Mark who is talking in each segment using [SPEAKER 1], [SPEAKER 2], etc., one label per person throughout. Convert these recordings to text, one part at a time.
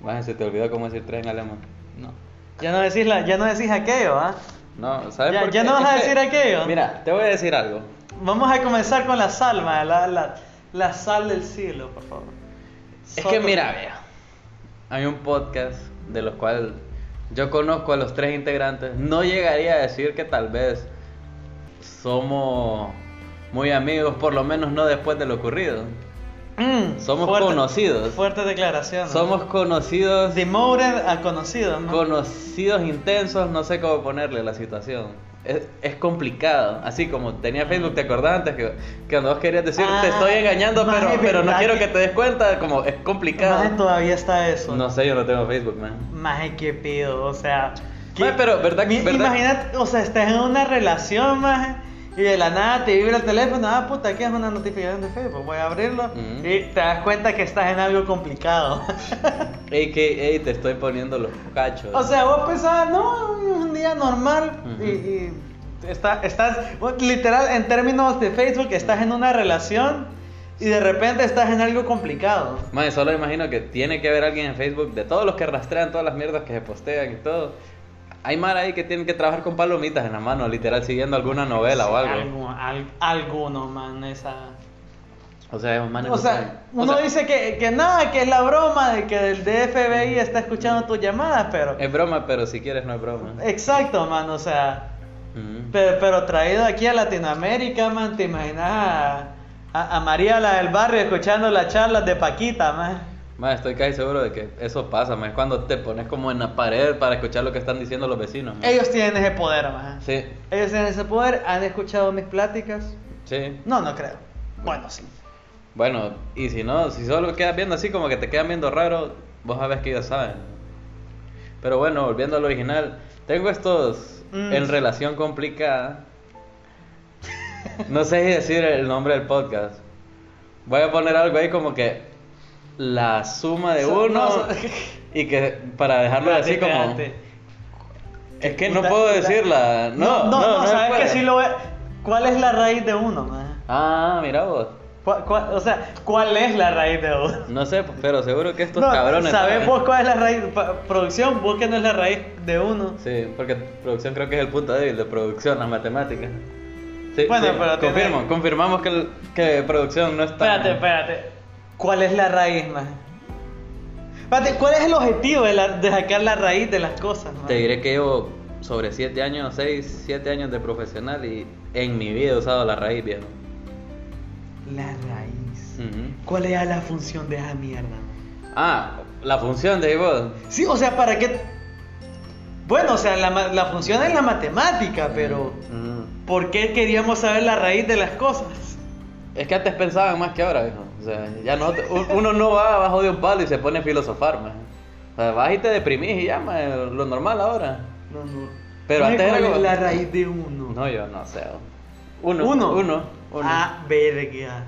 [SPEAKER 1] Vaya, se te olvidó cómo decir tres en alemán.
[SPEAKER 2] No. Ya no decís, la, ya no decís aquello, ¿ah?
[SPEAKER 1] No, ¿sabes
[SPEAKER 2] Ya-
[SPEAKER 1] por
[SPEAKER 2] ya
[SPEAKER 1] qué?
[SPEAKER 2] no vas a
[SPEAKER 1] Es que-
[SPEAKER 2] decir aquello.
[SPEAKER 1] Mira, te voy a decir algo.
[SPEAKER 2] Vamos a comenzar con la sal, mae, la, la, la sal del cielo, por favor.
[SPEAKER 1] Es
[SPEAKER 2] Solo-
[SPEAKER 1] que mira, vea. Hay un podcast de los cuales yo conozco a los tres integrantes. No llegaría a decir que tal vez somos muy amigos, por lo menos no después de lo ocurrido.
[SPEAKER 2] Mm,
[SPEAKER 1] somos conocidos.
[SPEAKER 2] Fuerte declaración.
[SPEAKER 1] Somos conocidos,
[SPEAKER 2] Demoted a conocidos, ¿no?
[SPEAKER 1] conocidos intensos, no sé cómo ponerle la situación. Es, es complicado, así como tenía Facebook, ¿te acordás antes? Que, que cuando vos querías decir,
[SPEAKER 2] Ah,
[SPEAKER 1] te estoy engañando,
[SPEAKER 2] más
[SPEAKER 1] pero,
[SPEAKER 2] es
[SPEAKER 1] pero no
[SPEAKER 2] verdad
[SPEAKER 1] quiero
[SPEAKER 2] que-
[SPEAKER 1] que te des cuenta, como es complicado.
[SPEAKER 2] Maje, todavía está eso.
[SPEAKER 1] No sé, yo no tengo Facebook, man.
[SPEAKER 2] Maje, qué pido, o sea. qué-
[SPEAKER 1] Maje, pero, ¿verdad-
[SPEAKER 2] Mi-
[SPEAKER 1] verdad?
[SPEAKER 2] Imagínate, o sea, estás en una relación, maje, y de la nada te vibra el teléfono. Ah, puta, aquí es una notificación de Facebook. Voy a abrirlo
[SPEAKER 1] Ujú.
[SPEAKER 2] y te das cuenta que estás en algo complicado.
[SPEAKER 1] Ey, que, ey, te estoy poniendo los cachos.
[SPEAKER 2] o sea, vos pensabas, no, un día normal
[SPEAKER 1] Ujú.
[SPEAKER 2] y. y está- estás, vos, literal, en términos de Facebook, estás en una relación y de repente estás en algo complicado.
[SPEAKER 1] Mae, solo imagino que tiene que haber alguien en Facebook de todos los que rastrean todas las mierdas que se postean y todo. Hay mar ahí que tienen que trabajar con palomitas en la mano, literal, siguiendo alguna novela o
[SPEAKER 2] Sí,
[SPEAKER 1] algo.
[SPEAKER 2] al- alguno, man, esa.
[SPEAKER 1] O sea, esos manes
[SPEAKER 2] O
[SPEAKER 1] no saben.
[SPEAKER 2] sea,
[SPEAKER 1] O
[SPEAKER 2] uno
[SPEAKER 1] sea,
[SPEAKER 2] dice que, que nada, que es la broma de que el DFBI está escuchando tus llamadas, pero.
[SPEAKER 1] Es broma, pero si quieres no es broma.
[SPEAKER 2] Exacto, man, o sea.
[SPEAKER 1] Ujú.
[SPEAKER 2] Pero, pero traído aquí a Latinoamérica, man, te imaginas a, a- a María la del barrio escuchando las charlas de Paquita, man.
[SPEAKER 1] Mae, estoy casi seguro de que eso pasa, mae. Es cuando te pones como en la pared para escuchar lo que están diciendo los vecinos. mae.
[SPEAKER 2] Ellos tienen ese poder, man.
[SPEAKER 1] Sí,
[SPEAKER 2] Ellos tienen ese poder, han escuchado mis pláticas.
[SPEAKER 1] sí.
[SPEAKER 2] No, no creo. Bueno, sí.
[SPEAKER 1] Bueno, y si no, si solo quedas viendo así como que te quedan viendo raro, vos sabes que ellos saben. Pero bueno, volviendo al original, tengo estos
[SPEAKER 2] Mm.
[SPEAKER 1] en relación complicada. No sé si decir el nombre del podcast. Voy a poner algo ahí como que la suma de
[SPEAKER 2] So-
[SPEAKER 1] uno
[SPEAKER 2] no, so-
[SPEAKER 1] y que para dejarlo así
[SPEAKER 2] Espérate,
[SPEAKER 1] como
[SPEAKER 2] espérate.
[SPEAKER 1] es que no
[SPEAKER 2] La-
[SPEAKER 1] puedo
[SPEAKER 2] la-
[SPEAKER 1] decirla. No,
[SPEAKER 2] no, no,
[SPEAKER 1] se
[SPEAKER 2] sabes que
[SPEAKER 1] puede.
[SPEAKER 2] sí lo ve. ¿Cuál es la raíz de uno, man?
[SPEAKER 1] Ah, mira vos.
[SPEAKER 2] ¿Cuál- cuál- o sea, ¿cuál es la raíz de uno?
[SPEAKER 1] No sé, pero seguro que estos
[SPEAKER 2] No,
[SPEAKER 1] cabrones
[SPEAKER 2] ¿Sabes
[SPEAKER 1] saben.
[SPEAKER 2] vos cuál es la raíz? Pa- producción, vos que no es la raíz de uno.
[SPEAKER 1] Sí, porque producción creo que es el punto débil de producción, las matemáticas. Sí,
[SPEAKER 2] Bueno,
[SPEAKER 1] sí,
[SPEAKER 2] pero tiene-
[SPEAKER 1] confirmo, confirmamos que, el- que producción no está.
[SPEAKER 2] Espérate, espérate. ¿Cuál es la raíz, más? Espérate, ¿cuál es el objetivo de, la- de sacar la raíz de las cosas, man?
[SPEAKER 1] Te diré que llevo sobre 7 años, 6, 7 años de profesional y en mi vida he usado la raíz, viejo.
[SPEAKER 2] La raíz.
[SPEAKER 1] Ujú.
[SPEAKER 2] ¿Cuál era la función de esa mierda, man?
[SPEAKER 1] Ah, la función de vos.
[SPEAKER 2] Sí, o sea, ¿para qué? Bueno, o sea, la, ma- la función es la matemática, pero
[SPEAKER 1] Ujú.
[SPEAKER 2] ¿por qué queríamos saber la raíz de las cosas?
[SPEAKER 1] Es que antes pensaban más que ahora, viejo. O sea, ya no, te- un- uno no va abajo de un palo y se pone a filosofar, más. O sea, vas y te deprimís y ya, ma, lo normal ahora.
[SPEAKER 2] No, no.
[SPEAKER 1] Pero
[SPEAKER 2] Ay,
[SPEAKER 1] antes era
[SPEAKER 2] ¿cuál
[SPEAKER 1] como-
[SPEAKER 2] es la raíz de uno.
[SPEAKER 1] No, yo no sé. Uno.
[SPEAKER 2] Uno.
[SPEAKER 1] Uno. uno.
[SPEAKER 2] Ah, verga.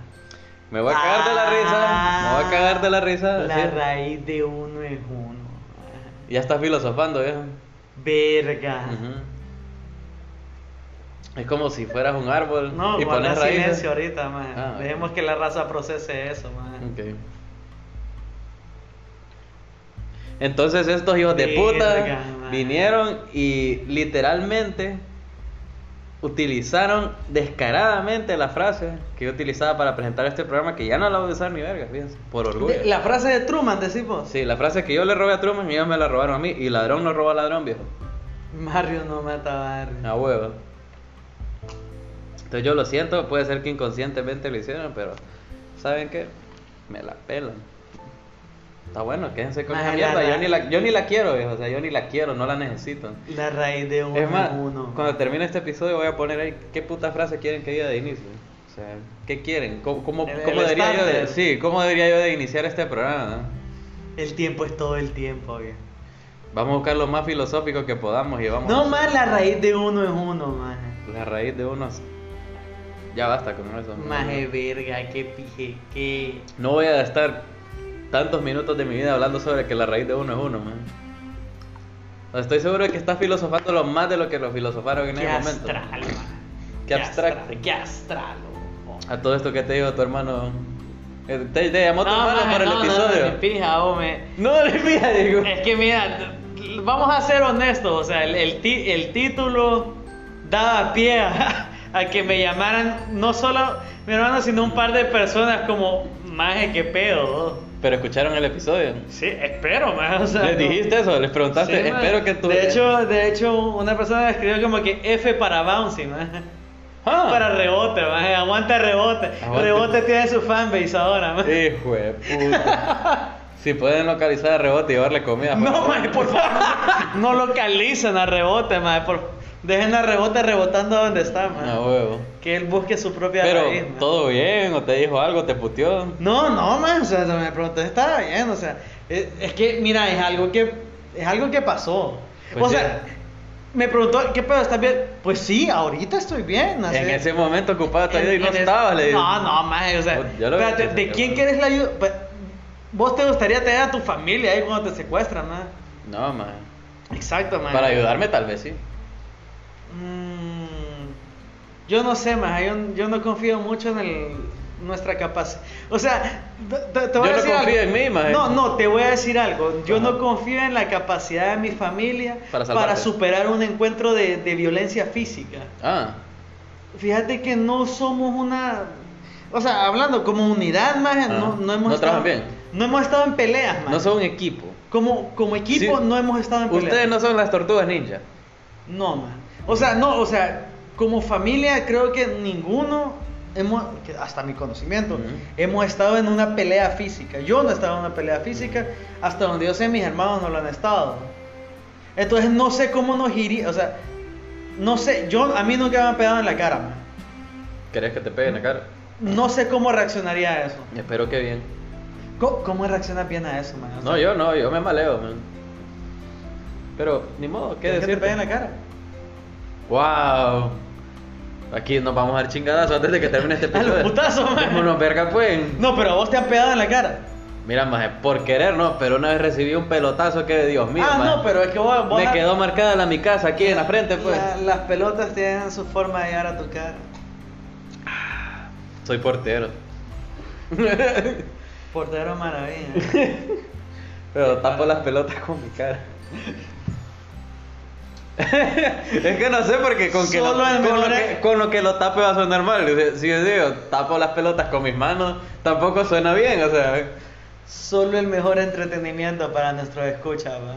[SPEAKER 1] Me voy a cagar de la risa. Me voy a cagar de la risa.
[SPEAKER 2] Ah, La
[SPEAKER 1] sí.
[SPEAKER 2] raíz de uno es uno.
[SPEAKER 1] Ya estás filosofando, viejo.
[SPEAKER 2] Verga.
[SPEAKER 1] Ujú. Es como si fueras un árbol
[SPEAKER 2] No,
[SPEAKER 1] y
[SPEAKER 2] guarda
[SPEAKER 1] pones raíces.
[SPEAKER 2] silencio ahorita, man.
[SPEAKER 1] Ah, ok.
[SPEAKER 2] Dejemos que la raza procese eso, man.
[SPEAKER 1] Ok. Entonces estos hijos de
[SPEAKER 2] Verga,
[SPEAKER 1] puta
[SPEAKER 2] man.
[SPEAKER 1] vinieron y literalmente utilizaron descaradamente la frase que yo utilizaba para presentar este programa que ya no la voy a usar ni verga, fíjense, por orgullo.
[SPEAKER 2] De- La frase de Truman, decimos.
[SPEAKER 1] Sí, la frase que yo le robé a Truman, ellos me la robaron a mí. Y ladrón no roba a ladrón, viejo.
[SPEAKER 2] Mario no mata a Barrio.
[SPEAKER 1] A huevo. Entonces yo lo siento, puede ser que inconscientemente lo hicieron, pero ¿saben qué? Me la pelan. Está bueno, quédense con
[SPEAKER 2] Maje,
[SPEAKER 1] esa
[SPEAKER 2] la
[SPEAKER 1] mierda. Yo
[SPEAKER 2] ra-
[SPEAKER 1] ni, la, yo ni la quiero, viejo. O sea, yo ni la quiero, no la necesito.
[SPEAKER 2] La raíz de uno
[SPEAKER 1] Es más,
[SPEAKER 2] uno.
[SPEAKER 1] cuando termine este episodio voy a poner ahí qué puta frase quieren que diga de inicio. O sea, ¿qué quieren? ¿Cómo, cómo,
[SPEAKER 2] El-
[SPEAKER 1] cómo
[SPEAKER 2] el
[SPEAKER 1] debería yo de,
[SPEAKER 2] estándar.
[SPEAKER 1] sí, ¿cómo debería yo de iniciar este programa? no?
[SPEAKER 2] El tiempo es todo el tiempo, bien.
[SPEAKER 1] Vamos a buscar lo más filosófico que podamos y vamos a
[SPEAKER 2] No
[SPEAKER 1] hacer-
[SPEAKER 2] más la raíz de uno es uno, man.
[SPEAKER 1] La raíz de unos. Ya basta con eso. ¿no?
[SPEAKER 2] Maje verga, qué pije, qué.
[SPEAKER 1] No voy a estar tantos minutos de mi vida hablando sobre que la raíz de uno es uno, man. O sea, Estoy seguro de que estás filosofando lo más de lo que lo filosofaron en
[SPEAKER 2] Qué
[SPEAKER 1] ese momento.
[SPEAKER 2] astral, man.
[SPEAKER 1] Qué abstracto.
[SPEAKER 2] astral, Qué astral. oh.
[SPEAKER 1] A todo esto que te dijo tu hermano Eh, Te, te llamó tu hermano
[SPEAKER 2] maje,
[SPEAKER 1] para el
[SPEAKER 2] no, no, No, Eh. ni
[SPEAKER 1] episodio.
[SPEAKER 2] pija, hombre.
[SPEAKER 1] No, le pilla, digo.
[SPEAKER 2] Es que mira, vamos a ser honestos, o sea, el, el ti- el título daba pie a, a que me llamaran no solo mi hermano, sino un par de personas como, maje, qué pedo.
[SPEAKER 1] Pero escucharon el episodio.
[SPEAKER 2] Sí, espero, maje, o sea,
[SPEAKER 1] ¿Les
[SPEAKER 2] no-
[SPEAKER 1] dijiste eso? ¿Les preguntaste?
[SPEAKER 2] Sí, maje.
[SPEAKER 1] Espero que tú...
[SPEAKER 2] De hecho, de hecho, una persona escribió como que F para bouncy, maje.
[SPEAKER 1] Ah.
[SPEAKER 2] Para rebote, maje, aguanta rebote.
[SPEAKER 1] Aguante.
[SPEAKER 2] Rebote tiene su fanbase ahora, maje.
[SPEAKER 1] Hijo de puta. si pueden localizar a rebote y darle comida. por
[SPEAKER 2] No,
[SPEAKER 1] favor.
[SPEAKER 2] mae, por favor. No localicen a rebote, mae. Por... Dejen a rebote rebotando donde está, mae.
[SPEAKER 1] A huevo.
[SPEAKER 2] Que él busque su propia
[SPEAKER 1] Pero,
[SPEAKER 2] raíz, mae.
[SPEAKER 1] ¿todo bien? ¿O te dijo algo? ¿Te puteó?
[SPEAKER 2] No, no, mae. O sea, me pregunté, estaba bien. O sea, es, es que, mira, es algo que, es algo que pasó.
[SPEAKER 1] Pues
[SPEAKER 2] o
[SPEAKER 1] sí.
[SPEAKER 2] sea, me preguntó, ¿qué pedo? ¿Estás bien? Pues sí, ahorita estoy bien. así.
[SPEAKER 1] En ese momento ocupado tu ayuda y
[SPEAKER 2] En-
[SPEAKER 1] no
[SPEAKER 2] en es-
[SPEAKER 1] estaba, le dije.
[SPEAKER 2] No, no, mae. O sea,
[SPEAKER 1] Yo- yo lo había
[SPEAKER 2] espérate,
[SPEAKER 1] hecho,
[SPEAKER 2] ¿de
[SPEAKER 1] yo-
[SPEAKER 2] quién quieres la ayuda? Pues, Vos te gustaría tener a tu familia ahí cuando te secuestran, mae.
[SPEAKER 1] No, man.
[SPEAKER 2] Exacto, mae.
[SPEAKER 1] Para ayudarme, tal vez sí.
[SPEAKER 2] Mm, yo no sé, más yo, yo no confío mucho en el- nuestra capacidad. O sea, te, te- te voy
[SPEAKER 1] Yo
[SPEAKER 2] a
[SPEAKER 1] no
[SPEAKER 2] decir
[SPEAKER 1] confío
[SPEAKER 2] algo.
[SPEAKER 1] en mí, maje.
[SPEAKER 2] No, no, te voy a decir algo. Yo
[SPEAKER 1] Ajá.
[SPEAKER 2] no confío en la capacidad de mi familia
[SPEAKER 1] Para salvarte.
[SPEAKER 2] para superar un encuentro de, de violencia física.
[SPEAKER 1] Ah,
[SPEAKER 2] Fíjate que no somos una. O sea, hablando como unidad, más
[SPEAKER 1] Ajá.
[SPEAKER 2] no, no hemos
[SPEAKER 1] Ah, No
[SPEAKER 2] estado.
[SPEAKER 1] trabajan bien.
[SPEAKER 2] No hemos estado en peleas, maje.
[SPEAKER 1] no son un equipo.
[SPEAKER 2] como, como equipo,
[SPEAKER 1] Sí.
[SPEAKER 2] no hemos estado en peleas.
[SPEAKER 1] Ustedes no son las tortugas ninja.
[SPEAKER 2] No, man. O sea, no, o sea, como familia creo que ninguno hemos, que hasta mi conocimiento,
[SPEAKER 1] Ujú.
[SPEAKER 2] hemos estado en una pelea física. Yo no he estado en una pelea física, hasta donde yo sé mis hermanos no lo han estado. Entonces no sé cómo nos iría, o sea, no sé, yo a mí nunca me han pegado en la cara, man.
[SPEAKER 1] ¿Querés que te peguen la cara?
[SPEAKER 2] No sé cómo reaccionaría a eso.
[SPEAKER 1] Espero que bien.
[SPEAKER 2] ¿Cómo, cómo reaccionas bien a eso, man? O sea,
[SPEAKER 1] No, yo no, yo me maleo, man. Pero, ni modo, ¿qué
[SPEAKER 2] ¿quieres que
[SPEAKER 1] decir?
[SPEAKER 2] te peguen en la cara?
[SPEAKER 1] ¡Wow! Aquí nos vamos a dar chingadazos antes de que termine este
[SPEAKER 2] A
[SPEAKER 1] episodio.
[SPEAKER 2] los putazos, Ah, man.
[SPEAKER 1] Vámonos, verga, pues.
[SPEAKER 2] No, pero a vos te han pegado en la cara.
[SPEAKER 1] Mira, maje, por querer no, pero una vez recibí un pelotazo que, Dios mío,
[SPEAKER 2] ah,
[SPEAKER 1] maje,
[SPEAKER 2] no, pero es que vos, vos
[SPEAKER 1] me
[SPEAKER 2] has-
[SPEAKER 1] quedó marcada la mi casa aquí en la frente, pues.
[SPEAKER 2] La- las pelotas tienen su forma de llegar a tu cara.
[SPEAKER 1] Soy portero.
[SPEAKER 2] Portero maravilla.
[SPEAKER 1] Pero tapo las pelotas con mi cara. es que no sé porque con que, lo,
[SPEAKER 2] Solo en
[SPEAKER 1] con lo
[SPEAKER 2] menores-
[SPEAKER 1] que con lo que lo tape va a sonar mal. O sea, Si yo digo, tapo las pelotas con mis manos, tampoco suena bien, o sea.
[SPEAKER 2] Solo el mejor entretenimiento para nuestros escuchas, va.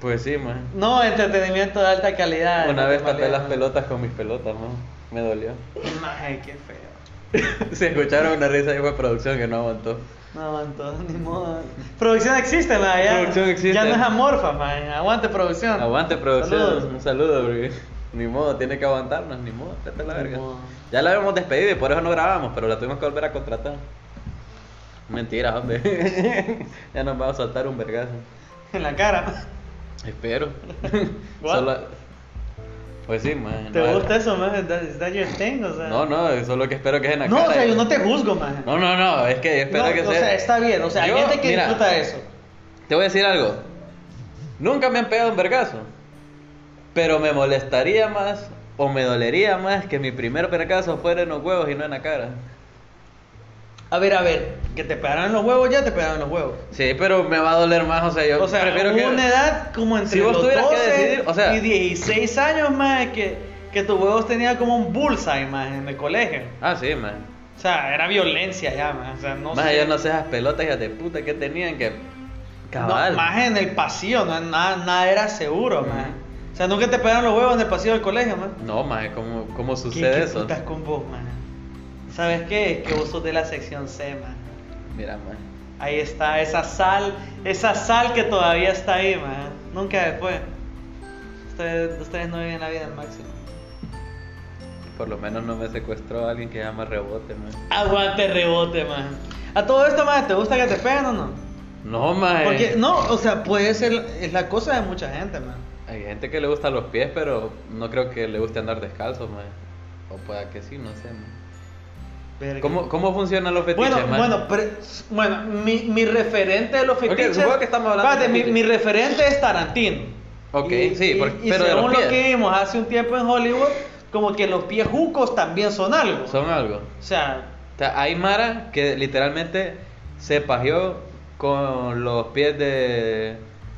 [SPEAKER 1] Pues sí, man.
[SPEAKER 2] No, entretenimiento de alta calidad.
[SPEAKER 1] Una
[SPEAKER 2] de
[SPEAKER 1] vez
[SPEAKER 2] calidad,
[SPEAKER 1] tapé las
[SPEAKER 2] Ah, ¿no?
[SPEAKER 1] pelotas con mis pelotas, man. Me dolió.
[SPEAKER 2] Ay, qué feo.
[SPEAKER 1] Se escucharon una risa y fue producción que no aguantó.
[SPEAKER 2] No, entonces, ni modo. Producción existe, ma, ya.
[SPEAKER 1] Producción existe.
[SPEAKER 2] Ya no es amorfa, man. Aguante, producción.
[SPEAKER 1] Aguante, producción.
[SPEAKER 2] Saludos.
[SPEAKER 1] Un saludo, porque ni modo, tiene que aguantarnos, ni modo, vete a la
[SPEAKER 2] Ni
[SPEAKER 1] verga.
[SPEAKER 2] modo.
[SPEAKER 1] Ya la habíamos despedido y por eso no grabamos, pero la tuvimos que volver a contratar. Mentira, hombre. ya nos va a saltar un vergazo.
[SPEAKER 2] En la cara.
[SPEAKER 1] Espero.
[SPEAKER 2] What?
[SPEAKER 1] Pues sí, man.
[SPEAKER 2] ¿Te
[SPEAKER 1] no,
[SPEAKER 2] gusta eso, man? Is that- is that your thing? O sea.
[SPEAKER 1] No, no, eso es lo que espero que es en la
[SPEAKER 2] No,
[SPEAKER 1] cara.
[SPEAKER 2] o sea, yo no te juzgo, man.
[SPEAKER 1] No, no, no, es que espero
[SPEAKER 2] No,
[SPEAKER 1] que
[SPEAKER 2] o sea, está bien. O sea,
[SPEAKER 1] Yo,
[SPEAKER 2] hay gente que
[SPEAKER 1] mira,
[SPEAKER 2] disfruta eso.
[SPEAKER 1] Te voy a decir algo. Nunca me han pegado un vergazo. Pero me molestaría más o me dolería más que mi primer vergazo fuera en los huevos y no en la cara.
[SPEAKER 2] A ver, a ver, que te pegaron los huevos, ya te pegaron los huevos.
[SPEAKER 1] Sí, pero me va a doler más, o sea, yo
[SPEAKER 2] o sea,
[SPEAKER 1] prefiero
[SPEAKER 2] hubo
[SPEAKER 1] que...
[SPEAKER 2] una edad como entre
[SPEAKER 1] Si vos
[SPEAKER 2] los
[SPEAKER 1] tuvieras
[SPEAKER 2] 12
[SPEAKER 1] que decidir, o sea-
[SPEAKER 2] y 16 años más que, que tus huevos tenían como un bullseye más en el colegio.
[SPEAKER 1] Ah, sí, man.
[SPEAKER 2] O sea, era violencia ya, más. O sea, no
[SPEAKER 1] más
[SPEAKER 2] sé.
[SPEAKER 1] allá no sé esas pelotas hijas de puta que tenían que... Cabal.
[SPEAKER 2] No, más en el pasillo, no, nada, nada era seguro, más. O sea, nunca te pegaron los huevos en el pasillo del colegio, más.
[SPEAKER 1] No, más, ¿cómo, cómo
[SPEAKER 2] ¿Qué,
[SPEAKER 1] sucede
[SPEAKER 2] qué
[SPEAKER 1] eso?
[SPEAKER 2] putas con vos, más? ¿Sabes qué? Es que vos sos de la sección C, más.
[SPEAKER 1] Mira, más.
[SPEAKER 2] Ahí está, esa sal, esa sal que todavía está ahí, man. Nunca se fue. Ustedes, ustedes no viven la vida al máximo.
[SPEAKER 1] Por lo menos no me secuestró alguien que llama rebote, man.
[SPEAKER 2] Aguante rebote, man. A todo esto, man, ¿te gusta que te peguen o no?
[SPEAKER 1] No, más.
[SPEAKER 2] Porque, no, o sea, puede ser, es la cosa de mucha gente, man.
[SPEAKER 1] Hay gente que le gustan los pies, pero no creo que le guste andar descalzo, mae. O pueda que sí, no sé, mae.
[SPEAKER 2] Verga.
[SPEAKER 1] ¿Cómo, cómo funcionan los fetiches,
[SPEAKER 2] Bueno,
[SPEAKER 1] mae?
[SPEAKER 2] bueno, pero- bueno, mi, mi referente de los
[SPEAKER 1] Ok,
[SPEAKER 2] fetiches.
[SPEAKER 1] supongo que estamos hablando de
[SPEAKER 2] Espérate, mi,
[SPEAKER 1] fetiches.
[SPEAKER 2] mi referente es Tarantino.
[SPEAKER 1] Ok, sí, por-
[SPEAKER 2] y
[SPEAKER 1] pero de los
[SPEAKER 2] según lo
[SPEAKER 1] pies.
[SPEAKER 2] que vimos hace un tiempo en Hollywood, como que los pies jucos también son algo.
[SPEAKER 1] Son algo.
[SPEAKER 2] O sea,
[SPEAKER 1] sea, hay Mara que literalmente se pajeó con los pies de.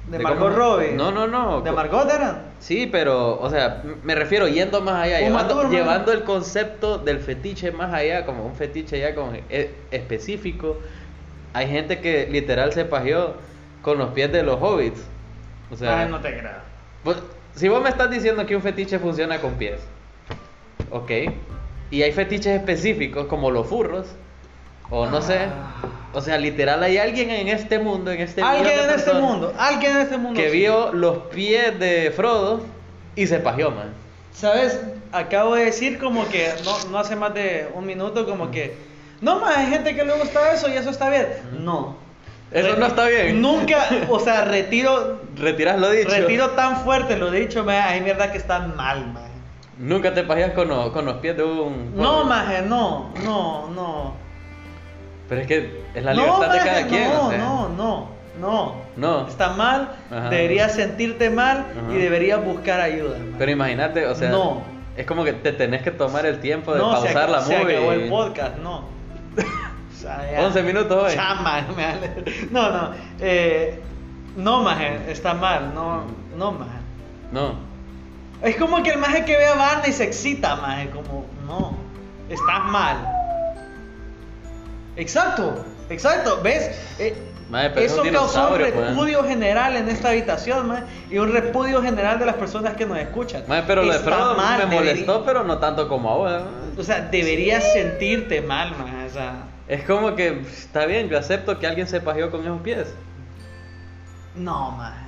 [SPEAKER 2] De
[SPEAKER 1] cómo-
[SPEAKER 2] Margot Robbie.
[SPEAKER 1] No, no, no.
[SPEAKER 2] ¿De
[SPEAKER 1] co-
[SPEAKER 2] Margot eran?
[SPEAKER 1] Sí, pero, o sea, m- me refiero yendo más allá,
[SPEAKER 2] Uma
[SPEAKER 1] llevando,
[SPEAKER 2] Thurman.
[SPEAKER 1] llevando el concepto del fetiche más allá, como un fetiche ya con, e- específico. Hay gente que literal se pajeó con los pies de los hobbits. O sea,
[SPEAKER 3] Ay, no te creo.
[SPEAKER 1] vos- si vos me estás diciendo que un fetiche funciona con pies, ok, y hay fetiches específicos como los furros, o no sé, o sea, literal hay alguien en este mundo, en este millón
[SPEAKER 2] Ah. Alguien
[SPEAKER 1] de
[SPEAKER 2] en este
[SPEAKER 1] personas
[SPEAKER 2] mundo, alguien en este mundo.
[SPEAKER 1] que
[SPEAKER 2] sí.
[SPEAKER 1] vio los pies de Frodo y se pajeó, man.
[SPEAKER 2] ¿Sabes? Acabo de decir como que no, no hace más de un minuto, como que. No, más hay gente que le gusta eso y eso está bien. No.
[SPEAKER 1] Eso no está bien.
[SPEAKER 2] Nunca, o sea, retiro,
[SPEAKER 1] Retiras lo dicho.
[SPEAKER 2] retiro tan fuerte lo dicho, mae, hay mierda que está mal, mae.
[SPEAKER 1] Nunca te pajeas con, los- con los pies de un.
[SPEAKER 2] No,
[SPEAKER 1] joven.
[SPEAKER 2] maje, no, no, no.
[SPEAKER 1] Pero es que es la
[SPEAKER 2] no,
[SPEAKER 1] libertad de
[SPEAKER 2] maje,
[SPEAKER 1] cada quien.
[SPEAKER 2] No,
[SPEAKER 1] o sea.
[SPEAKER 2] no, no, no.
[SPEAKER 1] No.
[SPEAKER 2] Está mal,
[SPEAKER 1] Ajá.
[SPEAKER 2] deberías sentirte mal
[SPEAKER 1] Ajá.
[SPEAKER 2] y deberías buscar ayuda. maje.
[SPEAKER 1] Pero imagínate, o sea.
[SPEAKER 2] No.
[SPEAKER 1] Es como que te tenés que tomar el tiempo de
[SPEAKER 2] no, se,
[SPEAKER 1] pausar
[SPEAKER 2] ac-
[SPEAKER 1] la
[SPEAKER 2] se
[SPEAKER 1] movie.
[SPEAKER 2] acabó el podcast, no. O sea, ya.
[SPEAKER 1] 11 minutos hoy.
[SPEAKER 2] Chama, no me vale. No, no. eh, no, maje, está mal, no, no, maje.
[SPEAKER 1] No.
[SPEAKER 2] Es como que el maje que ve a Barney se excita, maje, como, no, estás mal. Exacto, exacto, ¿ves? Eh,
[SPEAKER 1] Maje, pero es
[SPEAKER 2] eso
[SPEAKER 1] un
[SPEAKER 2] causó un
[SPEAKER 1] dinosaurio, pues.
[SPEAKER 2] repudio general en esta habitación, maje, y un repudio general de las personas que nos escuchan.
[SPEAKER 1] Mae, pero lo de
[SPEAKER 2] Está
[SPEAKER 1] Frodo
[SPEAKER 2] mal,
[SPEAKER 1] me
[SPEAKER 2] debería-
[SPEAKER 1] molestó, pero no tanto como ¿eh? ahora.
[SPEAKER 2] O sea, deberías sentirte mal, maje, o sea,
[SPEAKER 1] Es como que pff, está bien, yo acepto que alguien se pajeó con esos pies.
[SPEAKER 2] no, maje,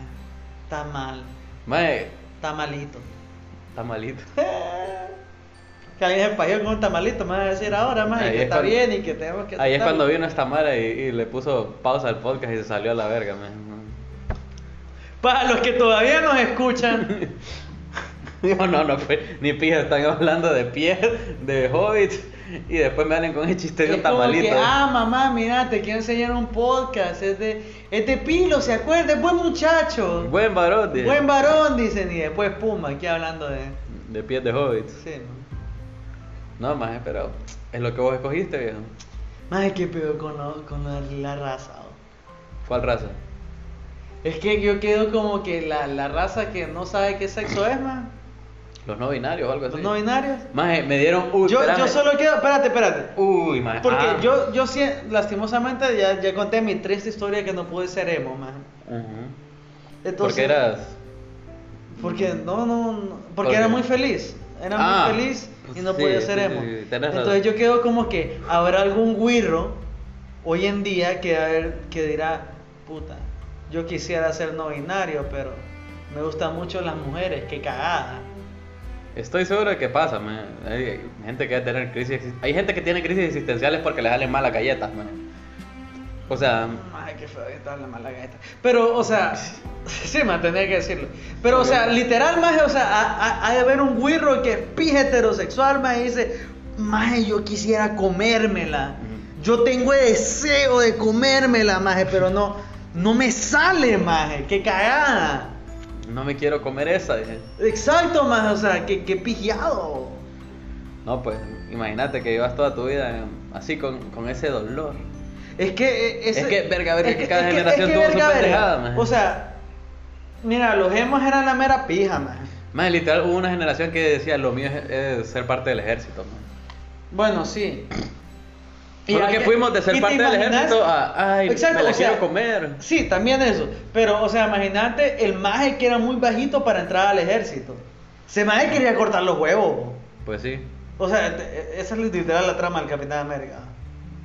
[SPEAKER 2] está mal,
[SPEAKER 1] Mae,
[SPEAKER 2] está malito.
[SPEAKER 1] está malito.
[SPEAKER 2] Que alguien se payó con un tamalito, me vas a decir ahora, maje,
[SPEAKER 1] Ahí
[SPEAKER 2] que
[SPEAKER 1] es
[SPEAKER 2] está
[SPEAKER 1] cuando-
[SPEAKER 2] bien y que tenemos que...
[SPEAKER 1] Ahí es
[SPEAKER 2] aceptarlo.
[SPEAKER 1] cuando vino esta Mara y, y le puso pausa al podcast y se salió a la verga, man.
[SPEAKER 3] Para los que todavía nos escuchan,
[SPEAKER 1] Digo, no, no, fue- ni pija, están hablando de pies, de hobbits, y después me salen con el chiste de un
[SPEAKER 2] Es como
[SPEAKER 1] tamalito. eh.
[SPEAKER 2] que, ah, mamá, mira, te quiero enseñar un podcast. Es de, es de Pilo, ¿se acuerda? Es buen muchacho.
[SPEAKER 1] Buen varón, dice.
[SPEAKER 2] Buen varón, dicen. Y después, pum, aquí hablando de.
[SPEAKER 1] De pies de hobbits.
[SPEAKER 2] Sí, man.
[SPEAKER 1] No, más, pero es lo que vos escogiste, viejo.
[SPEAKER 2] Ay, qué pedo con, lo- con la, la raza. oh.
[SPEAKER 1] ¿Cuál raza?
[SPEAKER 2] Es que yo quedo como que la, la raza que no sabe qué sexo es, man.
[SPEAKER 1] Los no binarios o algo así.
[SPEAKER 2] Los no binarios.
[SPEAKER 1] Maje, me dieron. Pues Uy,
[SPEAKER 2] yo,
[SPEAKER 1] espérame.
[SPEAKER 2] yo solo quedo. Espérate, espérate.
[SPEAKER 1] Uy, maje.
[SPEAKER 2] Porque
[SPEAKER 1] ah.
[SPEAKER 2] yo, yo sí, lastimosamente, ya, ya conté mi triste historia que no pude ser emo, man.
[SPEAKER 1] Ujú.
[SPEAKER 2] Entonces,
[SPEAKER 1] Porque eras.
[SPEAKER 2] Porque no, no, no, porque
[SPEAKER 1] ¿Por qué?
[SPEAKER 2] era muy feliz. Era
[SPEAKER 1] Ah,
[SPEAKER 2] muy feliz y no
[SPEAKER 1] sí,
[SPEAKER 2] podía ser
[SPEAKER 1] sí,
[SPEAKER 2] emo.
[SPEAKER 1] sí, sí, tenés razón.
[SPEAKER 2] Entonces yo quedo como que habrá algún guirro hoy en día que, a ver, que dirá, puta, yo quisiera ser no binario, pero me gustan mucho las mujeres, qué cagada.
[SPEAKER 1] Estoy seguro de que pasa, man. Hay gente que va a tener crisis. exist- Hay gente que tiene crisis existenciales porque le salen malas galletas, man. O sea,
[SPEAKER 2] Ay, qué feo que estaba la mala galleta. Pero, o sea, sí, man, tenía que decirlo. Pero, o sea, literal, más, o sea, ha- ha- ha de haber un guirro que es pija heterosexual, más, y dice, más, yo quisiera comérmela.
[SPEAKER 1] Ujú.
[SPEAKER 2] Yo tengo el deseo de comérmela, más, pero no, no me sale, más, qué cagada.
[SPEAKER 1] no me quiero comer esa, dije.
[SPEAKER 2] Exacto, más, o sea, qué, qué pijado.
[SPEAKER 1] No, pues, imagínate que llevas toda tu vida eh, así con, con ese dolor.
[SPEAKER 2] Es que eh,
[SPEAKER 1] Es que, verga, verga, que cada generación tuvo su
[SPEAKER 2] verga, verga.
[SPEAKER 1] pendejada, maje.
[SPEAKER 2] O sea, mira, los hemos eran la mera pija, más.
[SPEAKER 1] Más literal, hubo una generación que decía lo mío es, es ser parte del ejército, man.
[SPEAKER 2] Bueno, sí.
[SPEAKER 1] Solo
[SPEAKER 2] hay
[SPEAKER 1] que fuimos de ser
[SPEAKER 2] ¿y te
[SPEAKER 1] parte del
[SPEAKER 2] imaginas?
[SPEAKER 1] ejército a, ay,
[SPEAKER 2] Exacto,
[SPEAKER 1] me la
[SPEAKER 2] o sea,
[SPEAKER 1] quiero comer.
[SPEAKER 2] Sí, también eso. Pero, o sea, imagínate el maje que era muy bajito para entrar al ejército. Ese maje quería cortar los huevos.
[SPEAKER 1] Pues sí,
[SPEAKER 2] O sea, te- e, esa es literal la trama del Capitán América.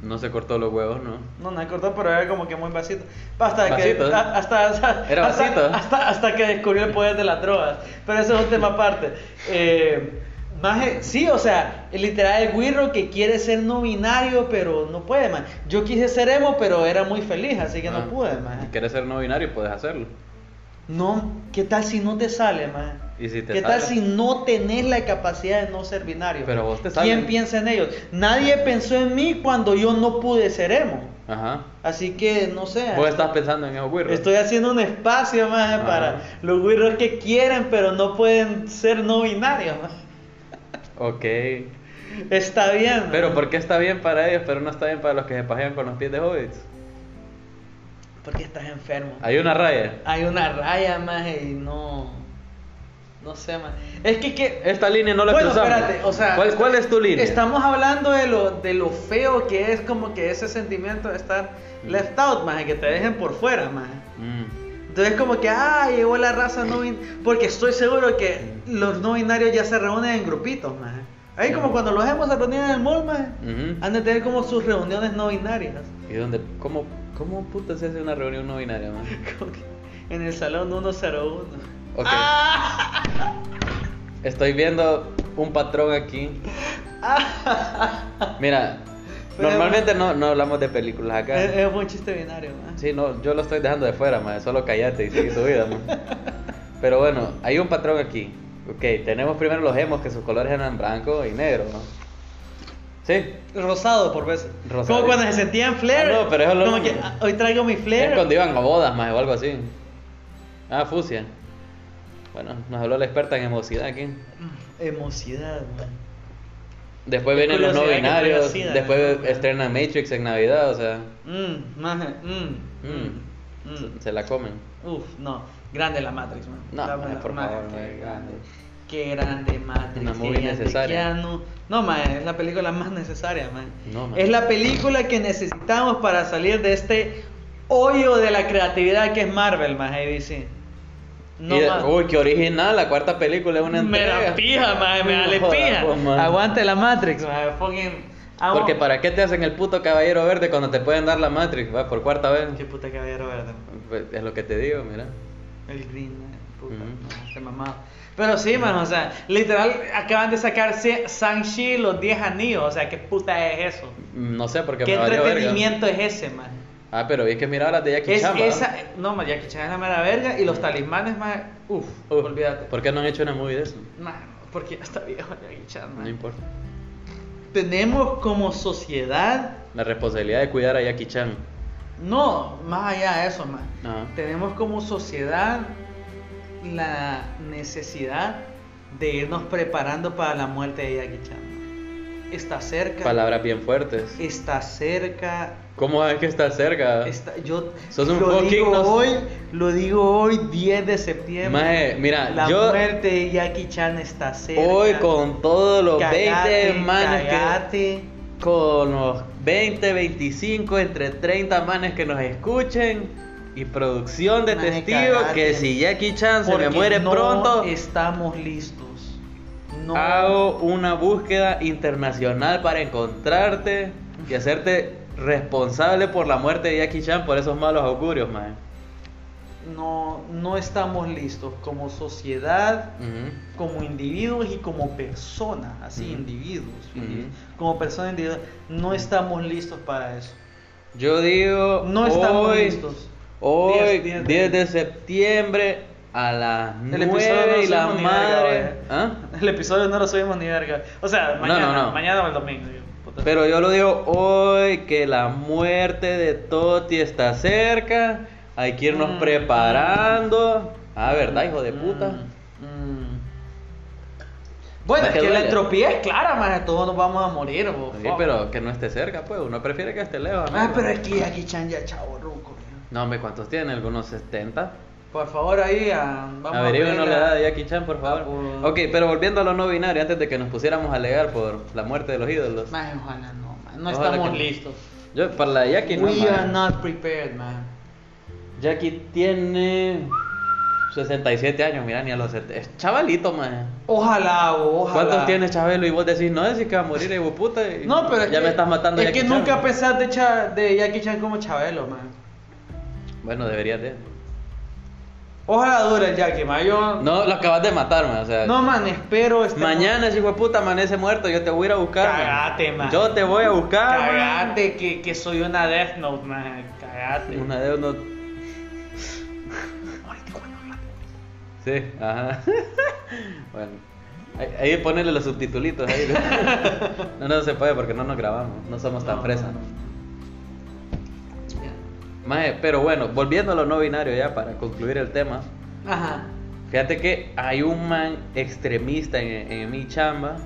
[SPEAKER 1] no se cortó los huevos, ¿no?
[SPEAKER 2] No, no cortó, pero era como que muy vasito. Hasta
[SPEAKER 1] Vasito,
[SPEAKER 2] que.
[SPEAKER 1] ¿eh?
[SPEAKER 2] a- Hasta, hasta-
[SPEAKER 1] Era
[SPEAKER 2] hasta-
[SPEAKER 1] vasito.
[SPEAKER 2] Hasta, hasta que descubrió el poder de las drogas. Pero eso es un tema aparte. Eh, maje, sí, o sea, el literal el guirro que quiere ser no binario, pero no puede, man. Yo quise ser emo, pero era muy feliz, así que
[SPEAKER 1] Ah,
[SPEAKER 2] no pude,
[SPEAKER 1] Si
[SPEAKER 2] man.
[SPEAKER 1] quieres ser no binario, puedes hacerlo.
[SPEAKER 2] No, ¿qué tal si no te sale, man?
[SPEAKER 1] ¿Y si te
[SPEAKER 2] ¿Qué tal
[SPEAKER 1] sale?
[SPEAKER 2] si no tenés la capacidad de no ser binario?
[SPEAKER 1] Pero vos te sale.
[SPEAKER 2] ¿Quién piensa en ellos? Nadie pensó en mí cuando yo no pude ser emo.
[SPEAKER 1] Ajá.
[SPEAKER 2] Así que, no sé.
[SPEAKER 1] Vos estás pensando en esos güiros.
[SPEAKER 2] Estoy haciendo un espacio más
[SPEAKER 1] Ajá.
[SPEAKER 2] para los güiros que quieren, pero no pueden ser no binarios. maje.
[SPEAKER 1] Ok.
[SPEAKER 2] Está bien.
[SPEAKER 1] Pero ¿por qué está bien para ellos, pero no está bien para los que se pajean con los pies de hobbits?
[SPEAKER 2] Porque estás enfermo.
[SPEAKER 1] Hay una raya.
[SPEAKER 2] Hay una raya más y no. No sé más. Es que. que
[SPEAKER 1] Esta línea no la
[SPEAKER 2] bueno,
[SPEAKER 1] cruzamos.
[SPEAKER 2] espérate, o sea.
[SPEAKER 1] ¿Cuál,
[SPEAKER 2] está-
[SPEAKER 1] cuál es tu línea?
[SPEAKER 2] Estamos hablando de lo, de lo feo que es como que ese sentimiento de estar left out, más que te dejen por fuera, más.
[SPEAKER 1] Mm.
[SPEAKER 2] Entonces como que, ah, llegó la raza no bin-". Porque estoy seguro que los no binarios ya se reúnen en grupitos, más. Ahí como cuando los hemos se reunían en el mall, más.
[SPEAKER 1] Ujú.
[SPEAKER 2] Han de tener como sus reuniones no binarias.
[SPEAKER 1] ¿Y dónde? ¿Cómo, cómo puta se hace una reunión no binaria, man?
[SPEAKER 2] Como que En el salón 101.
[SPEAKER 1] Ok.
[SPEAKER 2] ¡Ah!
[SPEAKER 1] Estoy viendo un patrón aquí. Mira,
[SPEAKER 2] Pero- Eh,
[SPEAKER 1] normalmente no, no hablamos de películas acá.
[SPEAKER 2] Es, es un buen chiste binario, man.
[SPEAKER 1] Sí, no, yo lo estoy dejando de fuera, man. Solo callate y sigue tu vida, man. Pero bueno, hay un patrón aquí. Ok, tenemos primero los hemos que sus colores eran blanco y negro, ¿no? Sí.
[SPEAKER 2] Rosado por veces.
[SPEAKER 1] Rosado.
[SPEAKER 2] Como cuando se sentían flair.
[SPEAKER 1] Ah, no, pero es lo
[SPEAKER 2] Como que
[SPEAKER 1] mismo.
[SPEAKER 2] ah, hoy traigo mi
[SPEAKER 1] Es
[SPEAKER 2] flair.
[SPEAKER 1] cuando iban a bodas, más o algo así. Ah, fusia. Bueno, nos habló la experta en emocidad aquí.
[SPEAKER 2] Mm, Emocidad, man.
[SPEAKER 1] Después
[SPEAKER 2] Qué
[SPEAKER 1] vienen los no
[SPEAKER 2] curiosidad que tenga
[SPEAKER 1] binarios.
[SPEAKER 2] sida,
[SPEAKER 1] Después
[SPEAKER 2] ¿no?
[SPEAKER 1] estrenan Matrix en Navidad, o sea.
[SPEAKER 2] Mmm, maje, mmm.
[SPEAKER 1] Mm.
[SPEAKER 2] Mmm.
[SPEAKER 1] Se la comen.
[SPEAKER 2] Uf, no. Grande la Matrix, man.
[SPEAKER 1] No,
[SPEAKER 2] La-
[SPEAKER 1] maje,
[SPEAKER 2] la-
[SPEAKER 1] por
[SPEAKER 2] maje,
[SPEAKER 1] favor,
[SPEAKER 2] qué
[SPEAKER 1] maje, grande.
[SPEAKER 2] Qué grande Matrix.
[SPEAKER 1] Una
[SPEAKER 2] qué
[SPEAKER 1] movie
[SPEAKER 2] grande
[SPEAKER 1] necesaria.
[SPEAKER 2] Keanu. No, man, es la película más necesaria, man.
[SPEAKER 1] No, man.
[SPEAKER 2] Es la película que necesitamos para salir de este hoyo de la creatividad que es Marvel, man, ahí dice. No,
[SPEAKER 1] Y de-
[SPEAKER 2] man.
[SPEAKER 1] uy, qué original. La cuarta película es una
[SPEAKER 2] Me
[SPEAKER 1] entrega.
[SPEAKER 2] la pija, madre, me
[SPEAKER 1] No
[SPEAKER 2] vale
[SPEAKER 1] jodas,
[SPEAKER 2] pija.
[SPEAKER 1] vos, man.
[SPEAKER 2] Aguante la Matrix, madre, fucking. amo-
[SPEAKER 1] Porque para qué te hacen el puto caballero verde cuando te pueden dar la Matrix, va, por cuarta vez.
[SPEAKER 2] Qué puta caballero verde.
[SPEAKER 1] Pues, Es lo que te digo, mira.
[SPEAKER 2] El green, man, puta,
[SPEAKER 1] Ujú.
[SPEAKER 2] no, se mamaba. Pero sí, man, o sea, literal acaban de sacar se- Shang-Chi los 10 anillos, o sea, qué puta es eso.
[SPEAKER 1] No sé por qué,
[SPEAKER 2] ¿Qué,
[SPEAKER 1] me valió verga.
[SPEAKER 2] entretenimiento es ese, man?
[SPEAKER 1] Ah, pero es que mira las de Jackie
[SPEAKER 2] Es
[SPEAKER 1] Chan, ¿va?
[SPEAKER 2] esa, no, man, Jackie Chan es la mera verga y los talismanes, man, uff,
[SPEAKER 1] Uf,
[SPEAKER 2] olvídate.
[SPEAKER 1] ¿Por qué no han hecho una movie de eso?
[SPEAKER 2] Man, porque ya está viejo Jackie Chan, man.
[SPEAKER 1] No importa.
[SPEAKER 2] Tenemos como sociedad
[SPEAKER 1] La responsabilidad de cuidar a Jackie Chan.
[SPEAKER 2] No, más allá de eso, más.
[SPEAKER 1] Ajá.
[SPEAKER 2] Tenemos como sociedad la necesidad de irnos preparando para la muerte de Jackie Chan. Está cerca.
[SPEAKER 1] Palabras bien fuertes.
[SPEAKER 2] Está cerca.
[SPEAKER 1] ¿Cómo es que está cerca?
[SPEAKER 2] Está, yo
[SPEAKER 1] Sos un
[SPEAKER 2] lo
[SPEAKER 1] fucking
[SPEAKER 2] digo
[SPEAKER 1] nos-
[SPEAKER 2] hoy, lo digo hoy 10 de septiembre.
[SPEAKER 1] Maje, mira,
[SPEAKER 2] la
[SPEAKER 1] yo
[SPEAKER 2] muerte de Jackie Chan está cerca.
[SPEAKER 1] hoy con todos los
[SPEAKER 2] Cagate,
[SPEAKER 1] 20 manes que...
[SPEAKER 2] cagate.
[SPEAKER 1] Con los 20, 25, entre 30 manes que nos escuchen y producción de
[SPEAKER 2] Maje,
[SPEAKER 1] testigos
[SPEAKER 2] cagate.
[SPEAKER 1] que si Jackie Chan se
[SPEAKER 2] Porque
[SPEAKER 1] me muere
[SPEAKER 2] no
[SPEAKER 1] pronto,
[SPEAKER 2] Estamos listos. No.
[SPEAKER 1] hago una búsqueda internacional para encontrarte y hacerte responsable por la muerte de Jackie Chan por esos malos augurios, man.
[SPEAKER 2] no, no estamos listos como sociedad, como individuos y como personas, así
[SPEAKER 1] Ujú.
[SPEAKER 2] individuos,
[SPEAKER 1] Ujú.
[SPEAKER 2] individuos, como personas individuales, no estamos listos para eso.
[SPEAKER 1] Yo digo,
[SPEAKER 2] No estamos
[SPEAKER 1] hoy,
[SPEAKER 2] listos.
[SPEAKER 1] Hoy, 10,
[SPEAKER 2] 10, 10 de-
[SPEAKER 1] de septiembre a las
[SPEAKER 2] El episodio
[SPEAKER 1] 9
[SPEAKER 2] no
[SPEAKER 1] y la
[SPEAKER 2] subimos ni verga,
[SPEAKER 1] madre.
[SPEAKER 2] vaya.
[SPEAKER 1] ¿Ah?
[SPEAKER 2] El episodio no lo subimos ni verga. O sea,
[SPEAKER 1] No,
[SPEAKER 2] mañana,
[SPEAKER 1] no, no.
[SPEAKER 2] mañana o el domingo. yo, puta.
[SPEAKER 1] Pero yo lo digo hoy que la muerte de Toti está cerca. Hay que irnos
[SPEAKER 2] Mm.
[SPEAKER 1] preparando. Ah, ¿verdad, hijo de puta?
[SPEAKER 2] Mm, mm. Bueno,
[SPEAKER 1] Más
[SPEAKER 2] es
[SPEAKER 1] que
[SPEAKER 2] que la
[SPEAKER 1] duele.
[SPEAKER 2] entropía es clara, más todos nos vamos a morir. bo,
[SPEAKER 1] Sí,
[SPEAKER 2] fuck.
[SPEAKER 1] pero que no esté cerca, pues. Uno prefiere que esté lejos. ¿no?
[SPEAKER 2] Ah, pero es que Jackie Chan ya chavo ruco. ya.
[SPEAKER 1] No, hombre, ¿cuántos tiene? ¿Algunos 70?
[SPEAKER 2] Por favor, ahí ah, vamos
[SPEAKER 1] Averíguenos
[SPEAKER 2] abrir
[SPEAKER 1] la edad de Jackie Chan, por favor.
[SPEAKER 2] Ah,
[SPEAKER 1] Ok, pero volviendo a lo no binario, antes de que nos pusiéramos a alegar por la muerte de los ídolos.
[SPEAKER 2] Maje, ojalá no, man. No
[SPEAKER 1] Ojalá
[SPEAKER 2] estamos
[SPEAKER 1] que no.
[SPEAKER 2] listos.
[SPEAKER 1] Yo, para la de Jackie no,
[SPEAKER 2] We
[SPEAKER 1] man.
[SPEAKER 2] are not prepared, man.
[SPEAKER 1] Jackie tiene 67 años, mira, ni a los 70. Es chavalito, man.
[SPEAKER 2] Ojalá, bo, ojalá.
[SPEAKER 1] ¿Cuántos tiene Chabelo? Y vos decís, no, decís que va a morir, hijo de puta. y
[SPEAKER 2] No, pero es
[SPEAKER 1] ya
[SPEAKER 2] que,
[SPEAKER 1] me estás matando.
[SPEAKER 2] Es
[SPEAKER 1] Jackie
[SPEAKER 2] que
[SPEAKER 1] Chan.
[SPEAKER 2] nunca pensaste de, Cha- de Jackie Chan como Chabelo, man.
[SPEAKER 1] Bueno, deberías de.
[SPEAKER 2] Ojalá dure el Jackie, man. Yo...
[SPEAKER 1] No, lo acabas de matar, man. O sea,
[SPEAKER 2] No, man, espero este
[SPEAKER 1] mañana, ese hijo de puta, amanece muerto. Yo te voy a ir a buscar. man.
[SPEAKER 2] Cagate, man.
[SPEAKER 1] Yo te voy a buscar. man.
[SPEAKER 2] Cagate, que, que soy una Death Note, man. Cagate.
[SPEAKER 1] Una de uno. Sí, ajá. Bueno. Ahí, ahí ponele los subtitulitos ahí. No, no se puede porque no nos grabamos. No somos tan
[SPEAKER 2] No,
[SPEAKER 1] fresas.
[SPEAKER 2] no, no.
[SPEAKER 1] Maje, pero bueno, volviendo a lo no binario ya para concluir el tema.
[SPEAKER 2] Ajá.
[SPEAKER 1] Fíjate que hay un man extremista en, en mi chamba.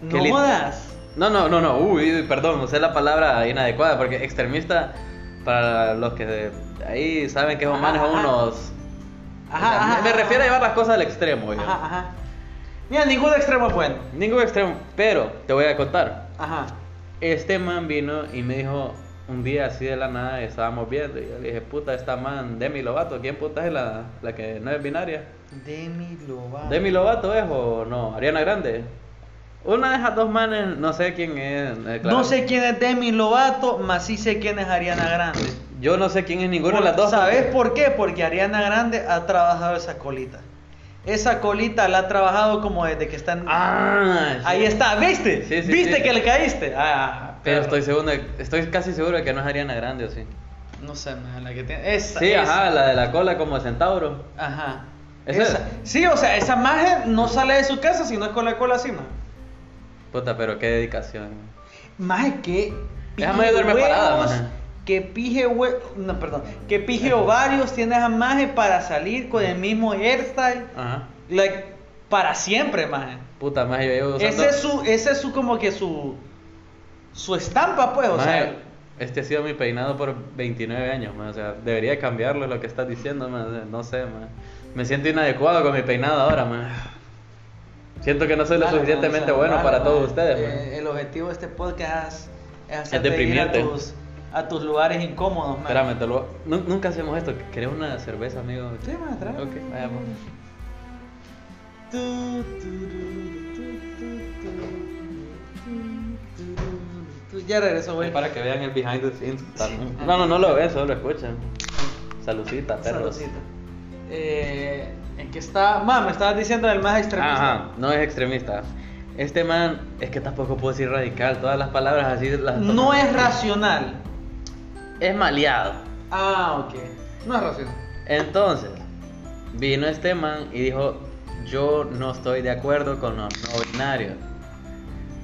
[SPEAKER 2] No
[SPEAKER 1] Que lit-
[SPEAKER 2] jodas.
[SPEAKER 1] No, no, no, no, uy, uy, perdón, usé la palabra inadecuada porque extremista, para los que de- ahí saben que esos manes son
[SPEAKER 2] Ajá, ajá.
[SPEAKER 1] unos.
[SPEAKER 2] Ajá,
[SPEAKER 1] o sea,
[SPEAKER 2] ajá,
[SPEAKER 1] me, me
[SPEAKER 2] ajá,
[SPEAKER 1] refiero a
[SPEAKER 2] ajá.
[SPEAKER 1] llevar las cosas al extremo, yo.
[SPEAKER 2] Ajá, ajá. Mira, ningún extremo es bueno.
[SPEAKER 1] Ningún extremo, pero te voy a contar.
[SPEAKER 2] Ajá.
[SPEAKER 1] Este man vino y me dijo un día así de la nada, estábamos viendo, y yo le dije, puta, esta man, Demi Lovato, ¿quién puta es la, la que no es binaria?
[SPEAKER 2] Demi Lovato.
[SPEAKER 1] ¿Demi Lovato es o no? ¿Ariana Grande? Una de esas dos manes, no sé quién es. eh, claro.
[SPEAKER 2] No sé quién es Demi Lovato, mas sí sé quién es Ariana Grande.
[SPEAKER 1] Yo no sé quién es ninguna de
[SPEAKER 2] Por-
[SPEAKER 1] las dos.
[SPEAKER 2] ¿Sabes por qué? Porque Ariana Grande ha trabajado esa colita. Esa colita la ha trabajado como desde que están.
[SPEAKER 1] Ah, sí.
[SPEAKER 2] Ahí está, ¿viste?
[SPEAKER 1] Sí, sí,
[SPEAKER 2] ¿Viste
[SPEAKER 1] sí.
[SPEAKER 2] que le caíste? Ah,
[SPEAKER 1] Pero
[SPEAKER 2] perro.
[SPEAKER 1] estoy seguro, de- estoy casi seguro de que no es Ariana Grande o sí.
[SPEAKER 2] No sé, man, la que tiene. Esa.
[SPEAKER 1] Sí,
[SPEAKER 2] esa.
[SPEAKER 1] ajá, la de la cola como de centauro.
[SPEAKER 2] Ajá.
[SPEAKER 1] ¿Esa?
[SPEAKER 2] Esa. Sí, o sea, esa magia no sale de su casa si no es con la cola así, man.
[SPEAKER 1] Puta, pero qué dedicación.
[SPEAKER 2] Maje, que.
[SPEAKER 1] Esa maje duerme parada, maje.
[SPEAKER 2] Que pije hue... No, perdón. Que pije ovarios tiene esa maje para salir con el mismo hairstyle.
[SPEAKER 1] Ajá.
[SPEAKER 2] Like, para siempre, maje.
[SPEAKER 1] Puta, más yo llevo usando...
[SPEAKER 2] Ese es su, ese es su como que su. Su estampa, pues, o
[SPEAKER 1] Maje,
[SPEAKER 2] sea.
[SPEAKER 1] Este ha sido mi peinado por 29 años, man. O sea, debería cambiarlo lo que estás diciendo, man. O sea, No sé, man. Me siento inadecuado con mi peinado ahora, man. Siento que no soy lo
[SPEAKER 2] Vale,
[SPEAKER 1] suficientemente
[SPEAKER 2] o sea,
[SPEAKER 1] bueno
[SPEAKER 2] vale,
[SPEAKER 1] para
[SPEAKER 2] vale.
[SPEAKER 1] todos ustedes, man.
[SPEAKER 2] Eh, el objetivo de este podcast es
[SPEAKER 1] Es
[SPEAKER 2] hacerte ir a
[SPEAKER 1] deprimirte.
[SPEAKER 2] tus, a tus lugares incómodos, man.
[SPEAKER 1] Espérame, te lo... nu- Nunca hacemos esto. ¿Querés una cerveza, amigo?
[SPEAKER 2] Sí, man, tráeme.
[SPEAKER 1] Ok, vayamos.
[SPEAKER 2] Tu, tururu, tu, tu, tu, tu, tu, tu. Ya regresó, güey.
[SPEAKER 1] Es para que vean el behind the scenes.
[SPEAKER 2] Sí.
[SPEAKER 1] No, no, no lo ven, solo lo escuchan. Salucita, perros.
[SPEAKER 2] Saludcita. Eh, ¿En qué está? Ma, me estabas diciendo del más extremista.
[SPEAKER 1] Ah, Ajá, no es extremista. Este man, es que tampoco puedo decir radical, todas las palabras así las
[SPEAKER 2] No es racional.
[SPEAKER 1] es maleado.
[SPEAKER 2] Ah, ok. No es racional.
[SPEAKER 1] Entonces, vino este man y dijo, yo no estoy de acuerdo con los no binarios.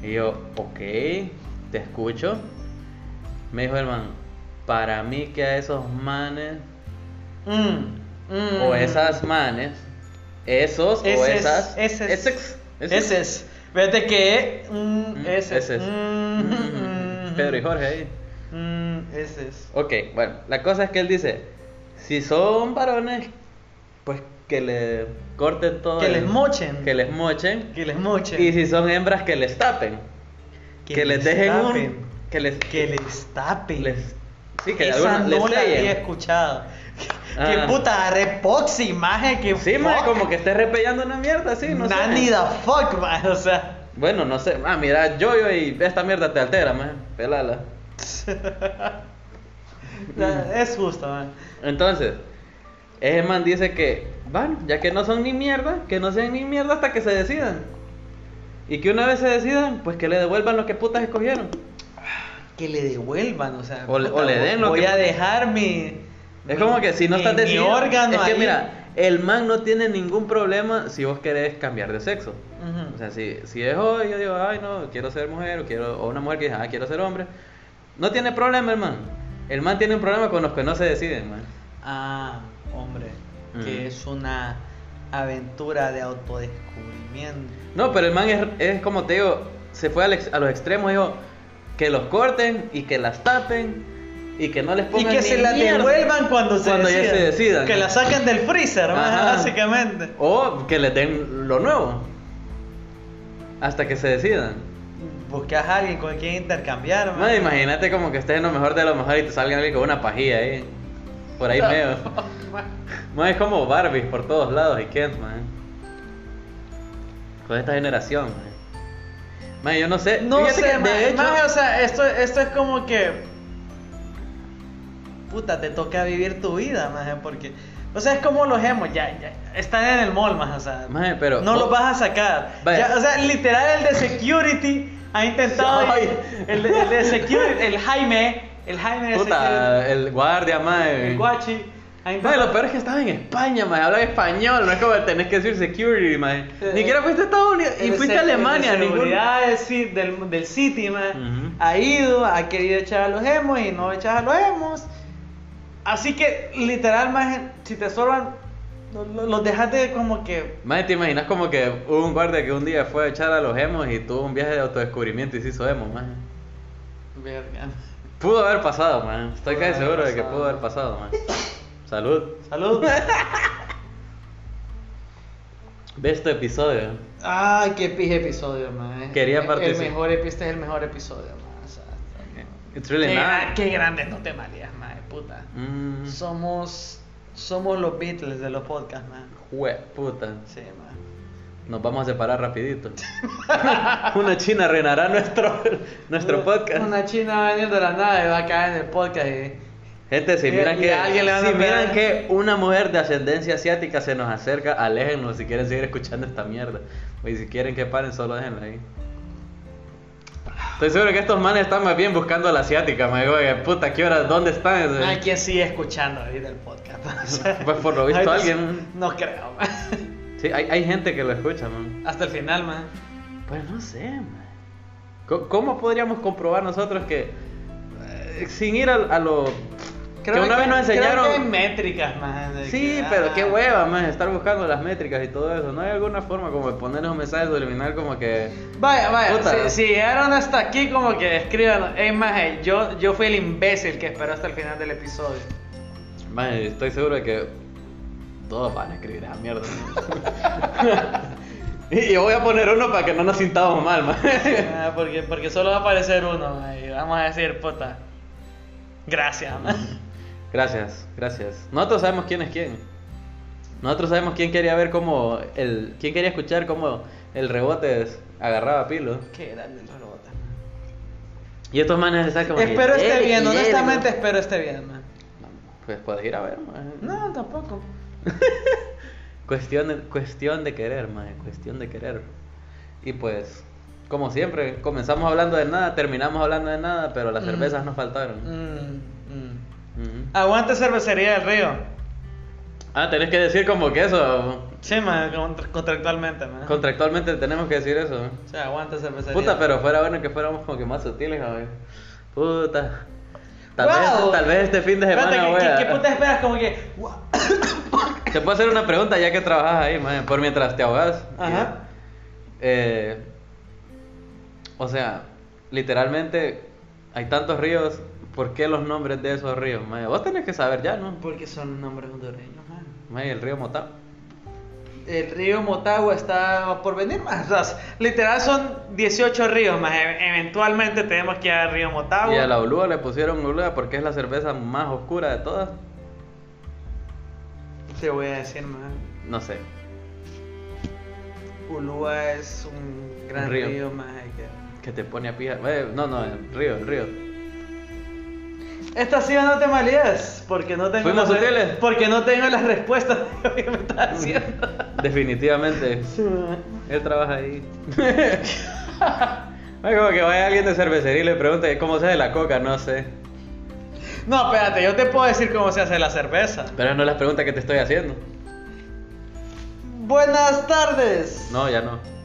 [SPEAKER 1] Y yo, ok, te escucho. Me dijo el man, para mí que a esos manes
[SPEAKER 2] Mm, mm.
[SPEAKER 1] o esas manes, esos o
[SPEAKER 2] Eses,
[SPEAKER 1] esas,
[SPEAKER 2] eses.
[SPEAKER 1] esex, esex.
[SPEAKER 2] Ese es. Fíjate que. mm,
[SPEAKER 1] Mm,
[SPEAKER 2] ese es.
[SPEAKER 1] eses.
[SPEAKER 2] Mm,
[SPEAKER 1] Mm, Pedro y Jorge ahí.
[SPEAKER 2] mm, ese es.
[SPEAKER 1] Ok, bueno, la cosa es que él dice, si son varones, pues que le corten todo.
[SPEAKER 2] Que
[SPEAKER 1] el-
[SPEAKER 2] les mochen.
[SPEAKER 1] Que les mochen.
[SPEAKER 2] Que les mochen.
[SPEAKER 1] Y si son hembras, que les tapen. Que, les dejen
[SPEAKER 2] tapen.
[SPEAKER 1] un... Que les...
[SPEAKER 2] Que les tapen.
[SPEAKER 1] les- sí, que
[SPEAKER 2] Esa
[SPEAKER 1] algunos
[SPEAKER 2] no
[SPEAKER 1] les
[SPEAKER 2] la había
[SPEAKER 1] sellen.
[SPEAKER 2] escuchado. Qué
[SPEAKER 1] Ah.
[SPEAKER 2] puta repoxi, maje, que
[SPEAKER 1] Sí, ma,
[SPEAKER 2] fuck.
[SPEAKER 1] como que esté repellando una mierda, sí, no sé.
[SPEAKER 2] Nanny the fuck, maje, o sea.
[SPEAKER 1] Bueno, no sé. Ah, mira, yo, yo y esta mierda te altera, man. Pelala. Mm.
[SPEAKER 2] Es justo, maje.
[SPEAKER 1] Entonces, ese man dice que, bueno, ya que no son ni mierda, que no sean ni mierda hasta que se decidan. Y que una vez se decidan, pues que le devuelvan lo que putas escogieron.
[SPEAKER 2] Que le devuelvan, o sea.
[SPEAKER 1] O le- o le den lo
[SPEAKER 2] voy
[SPEAKER 1] que-
[SPEAKER 2] a dejar mi.
[SPEAKER 1] Es
[SPEAKER 2] mi-
[SPEAKER 1] como que si no
[SPEAKER 2] mi-
[SPEAKER 1] estás
[SPEAKER 2] mi
[SPEAKER 1] decidido.
[SPEAKER 2] órgano
[SPEAKER 1] es que
[SPEAKER 2] ahí.
[SPEAKER 1] mira, el man no tiene ningún problema si vos querés cambiar de sexo.
[SPEAKER 2] Ujú.
[SPEAKER 1] O sea, si, si es hoy, yo digo, ay, no, quiero ser mujer, o, quiero, o una mujer que dice, ah, quiero ser hombre. No tiene problema, hermano. El man tiene un problema con los que no se deciden, man.
[SPEAKER 2] Ah, hombre.
[SPEAKER 1] Ujú.
[SPEAKER 2] Que es una aventura de autodescubrimiento.
[SPEAKER 1] No, pero el man es, es como te digo, se fue al ex- a los extremos, dijo que los corten y que las tapen y que no les
[SPEAKER 2] Y
[SPEAKER 1] pongan
[SPEAKER 2] que
[SPEAKER 1] ni
[SPEAKER 2] se la
[SPEAKER 1] mierda.
[SPEAKER 2] devuelvan cuando se
[SPEAKER 1] Cuando ya
[SPEAKER 2] decidan.
[SPEAKER 1] se decidan.
[SPEAKER 2] Que la saquen del freezer,
[SPEAKER 1] Ajá.
[SPEAKER 2] maje, básicamente.
[SPEAKER 1] O que les den lo nuevo. Hasta que se decidan.
[SPEAKER 2] Buscas a alguien con quien intercambiar, man.
[SPEAKER 1] Madre, imagínate como que estés en lo mejor de lo mejor y te salga alguien con una pajilla ahí. Por ahí medio. Madre, es como Barbies por todos lados y Kent, man. Con esta generación, man. Madre, yo no sé.
[SPEAKER 2] No
[SPEAKER 1] Fíjate
[SPEAKER 2] sé,
[SPEAKER 1] que,
[SPEAKER 2] man,
[SPEAKER 1] de hecho,
[SPEAKER 2] man, o sea, esto, esto es como que. Puta, te toca vivir tu vida, man, porque. O sea, es como los hemos, ya, ya. Están en el mall, man, o sea.
[SPEAKER 1] Maje, pero-
[SPEAKER 2] no los
[SPEAKER 1] o-
[SPEAKER 2] vas a sacar.
[SPEAKER 1] Vaya.
[SPEAKER 2] Ya, o sea, literal, el de security ha intentado.
[SPEAKER 1] Ay.
[SPEAKER 2] El, de- el de security, el Jaime. El Jaime de security.
[SPEAKER 1] Puta, el guardia, madre.
[SPEAKER 2] El guachi. ha
[SPEAKER 1] Mae,
[SPEAKER 2] intentado-
[SPEAKER 1] lo peor es que estaba en España, mae, hablan español, no es como que tenés que decir security, mae.
[SPEAKER 2] Sí.
[SPEAKER 1] Ni siquiera fuiste a Estados Unidos y
[SPEAKER 2] El
[SPEAKER 1] fuiste a
[SPEAKER 2] de-
[SPEAKER 1] Alemania,
[SPEAKER 2] el de
[SPEAKER 1] ningún.
[SPEAKER 2] seguridad del ci- del, del City, man,
[SPEAKER 1] Ujú.
[SPEAKER 2] ha ido, ha querido echar a los hemos y no echas a los hemos. Así que, literal, man, si te sorban, Lo- lo- Los dejaste como que.
[SPEAKER 1] Mae, ¿te imaginas como que hubo un guardia que un día fue a echar a los emos y tuvo un viaje de autodescubrimiento y se hizo emo, mae?
[SPEAKER 4] Verga.
[SPEAKER 1] Pudo haber pasado, mae. Estoy
[SPEAKER 4] Pudo
[SPEAKER 1] casi
[SPEAKER 4] haber
[SPEAKER 1] seguro de que
[SPEAKER 4] pasado.
[SPEAKER 1] pudo haber pasado, mae. Salud.
[SPEAKER 4] Salud.
[SPEAKER 1] De este episodio.
[SPEAKER 2] Ay, qué pije episodio, man.
[SPEAKER 1] Quería
[SPEAKER 2] El
[SPEAKER 1] participar.
[SPEAKER 2] mejor, epi- este es el mejor episodio, man. O sea,
[SPEAKER 1] It's
[SPEAKER 2] qué,
[SPEAKER 1] really
[SPEAKER 2] gra-
[SPEAKER 1] nice.
[SPEAKER 2] qué grandes no te malías, man, puta.
[SPEAKER 1] Mm,
[SPEAKER 2] Somos. Somos los Beatles de los podcasts, man.
[SPEAKER 1] jue- puta.
[SPEAKER 2] Sí, man.
[SPEAKER 1] Nos vamos a separar rapidito. Una china arruinará nuestro, nuestro
[SPEAKER 2] Una-
[SPEAKER 1] podcast.
[SPEAKER 2] Una china va a venir de la nada y va a caer en el podcast y.
[SPEAKER 1] Gente, si
[SPEAKER 2] Y-
[SPEAKER 1] miran,
[SPEAKER 2] y
[SPEAKER 1] que,
[SPEAKER 2] a alguien le van a
[SPEAKER 1] si
[SPEAKER 2] pegar.
[SPEAKER 1] miran que una mujer de ascendencia asiática se nos acerca, aléjennos si quieren seguir escuchando esta mierda. Y si quieren que paren, solo déjenla ahí. Estoy seguro que estos manes están más bien buscando a la asiática, me digo, "Oye, puta, ¿qué horas? ¿Dónde están?
[SPEAKER 2] Hay quien sigue escuchando ahí del podcast, man. O sea,
[SPEAKER 1] Pues por lo visto
[SPEAKER 2] ahorita-
[SPEAKER 1] alguien-
[SPEAKER 2] No creo, man.
[SPEAKER 1] Sí, hay, hay gente que lo escucha, man.
[SPEAKER 2] Hasta el final, man.
[SPEAKER 1] Pues no sé, man. Co- ¿Cómo podríamos comprobar nosotros que, eh, sin ir a, a lo... que una vez nos
[SPEAKER 2] creo
[SPEAKER 1] enseñaron...
[SPEAKER 2] que hay métricas, man. de
[SPEAKER 1] Sí,
[SPEAKER 2] que,
[SPEAKER 1] pero
[SPEAKER 2] ah,
[SPEAKER 1] qué hueva, man, estar buscando las métricas y todo eso. ¿No hay alguna forma como de ponerles un mensaje subliminal como que...
[SPEAKER 2] Vaya, vaya,
[SPEAKER 1] Puta.
[SPEAKER 2] si, si llegaron hasta aquí, como que escriban, hey, maje, yo, yo fui el imbécil que esperó hasta el final del episodio.
[SPEAKER 1] Man, estoy seguro de que todos van a escribir esa mierda. y yo voy a poner uno para que no nos sintamos mal, man.
[SPEAKER 2] Ah, porque, porque solo va a aparecer uno, man, y vamos a decir, puta, gracias, man.
[SPEAKER 1] Gracias, gracias. Nosotros sabemos quién es quién. Nosotros sabemos quién quería ver cómo el... ¿Quién quería escuchar cómo el rebote agarraba pilo?
[SPEAKER 2] Qué grande el robot.
[SPEAKER 1] Y estos manes están como... que,
[SPEAKER 2] Espero esté
[SPEAKER 1] "Dele,
[SPEAKER 2] bien,
[SPEAKER 1] dele".
[SPEAKER 2] honestamente espero esté bien, man.
[SPEAKER 1] Pues puedes ir a ver, man.
[SPEAKER 2] No, tampoco.
[SPEAKER 1] Cuestión de, cuestión de querer, mae, cuestión de querer. Y pues, como siempre, comenzamos hablando de nada, terminamos hablando de nada, pero las
[SPEAKER 2] Ujú.
[SPEAKER 1] cervezas nos faltaron.
[SPEAKER 2] Mm, mm.
[SPEAKER 1] Ujú.
[SPEAKER 2] Aguante cervecería del río.
[SPEAKER 1] Ah, tenés que decir como que eso.
[SPEAKER 2] Sí, man, contra- contractualmente, man.
[SPEAKER 1] Contractualmente tenemos que decir eso.
[SPEAKER 2] o sea, aguante cervecería.
[SPEAKER 1] Puta, pero fuera bueno que fuéramos como que más sutiles, joder. Puta. Tal,
[SPEAKER 2] Wow.
[SPEAKER 1] vez, tal vez este fin de semana,
[SPEAKER 2] Espérate, ¿qué-
[SPEAKER 1] voy a-
[SPEAKER 2] ¿qué, qué puta esperas? Como que. "Gua-
[SPEAKER 1] Te puedo hacer una pregunta ya que trabajas ahí, mae, por mientras te ahogas.
[SPEAKER 2] Ajá.
[SPEAKER 1] Eh, o sea, literalmente hay tantos ríos. ¿Por qué los nombres de esos ríos? mae? Vos tenés que saber ya, ¿no?
[SPEAKER 2] Porque son nombres hondureños, man.
[SPEAKER 1] Mae, el río Motá.
[SPEAKER 2] El río Motagua está por venir más. O sea, literal son 18 ríos más. E- Eventualmente tenemos que ir al río Motagua.
[SPEAKER 1] Y a la Ulúa le pusieron Ulúa porque es la cerveza más oscura de todas.
[SPEAKER 2] Te voy a decir, man.
[SPEAKER 1] No sé.
[SPEAKER 2] Ulúa es un gran
[SPEAKER 1] Un
[SPEAKER 2] río,
[SPEAKER 1] río.
[SPEAKER 2] más.
[SPEAKER 1] Que te pone a pija. Eh, no, no, el río, el río.
[SPEAKER 2] Esta sí no te malías. Porque no tengo.
[SPEAKER 1] ¿Fuimos
[SPEAKER 2] las-
[SPEAKER 1] sutiles?
[SPEAKER 2] Porque no tengo las respuestas de lo que me estás haciendo.
[SPEAKER 1] Definitivamente.
[SPEAKER 2] Sí, man.
[SPEAKER 1] Él trabaja ahí. Mae, como que vaya alguien de cervecería y le pregunte cómo se hace la coca, no sé.
[SPEAKER 2] No, espérate, yo te puedo decir cómo se hace la cerveza.
[SPEAKER 1] Pero no es la pregunta que te estoy haciendo.
[SPEAKER 2] Buenas tardes.
[SPEAKER 1] No, ya no.